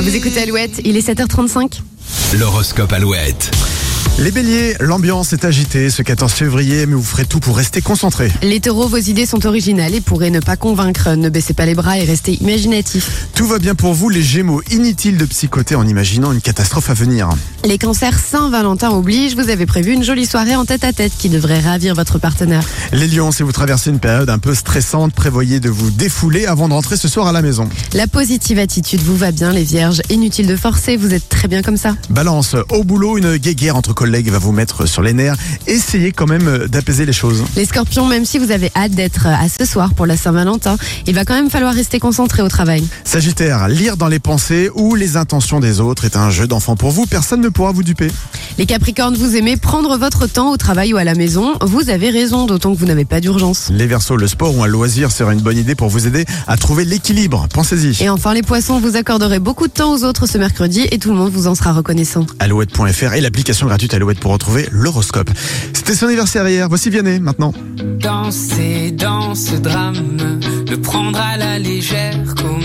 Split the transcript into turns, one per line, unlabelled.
Vous écoutez Alouette, il est 7h35.
L'horoscope Alouette.
Les béliers, l'ambiance est agitée ce 14 février, mais vous ferez tout pour rester concentré.
Les taureaux, vos idées sont originales et pourraient ne pas convaincre. Ne baissez pas les bras et restez imaginatifs.
Tout va bien pour vous, les gémeaux, inutile de psychoter en imaginant une catastrophe à venir.
Les cancers, Saint-Valentin oblige, vous avez prévu une jolie soirée en tête à tête qui devrait ravir votre partenaire.
Les lions, si vous traversez une période un peu stressante, prévoyez de vous défouler avant de rentrer ce soir à la maison.
La positive attitude vous va bien, les vierges. Inutile de forcer, vous êtes très bien comme ça.
Balance, au boulot, une guéguerre entre collègues va vous mettre sur les nerfs. Essayez quand même euh, d'apaiser les choses.
Les scorpions, même si vous avez hâte d'être euh, à ce soir pour la Saint-Valentin, il va quand même falloir rester concentré au travail.
Sagittaire, lire dans les pensées ou les intentions des autres est un jeu d'enfant pour vous, personne ne pourra vous duper.
Les capricornes, vous aimez prendre votre temps au travail ou à la maison. Vous avez raison, d'autant que vous n'avez pas d'urgence.
Les versos, le sport ou un loisir sera une bonne idée pour vous aider à trouver l'équilibre, pensez-y.
Et enfin, les poissons, vous accorderez beaucoup de temps aux autres ce mercredi et tout le monde vous en sera reconnaissant.
Alouette.fr et l'application gratuite Alouette pour retrouver l'horoscope. C'était son anniversaire hier, voici Vianney maintenant.
danser dans ce drame, le prendre à la légère comme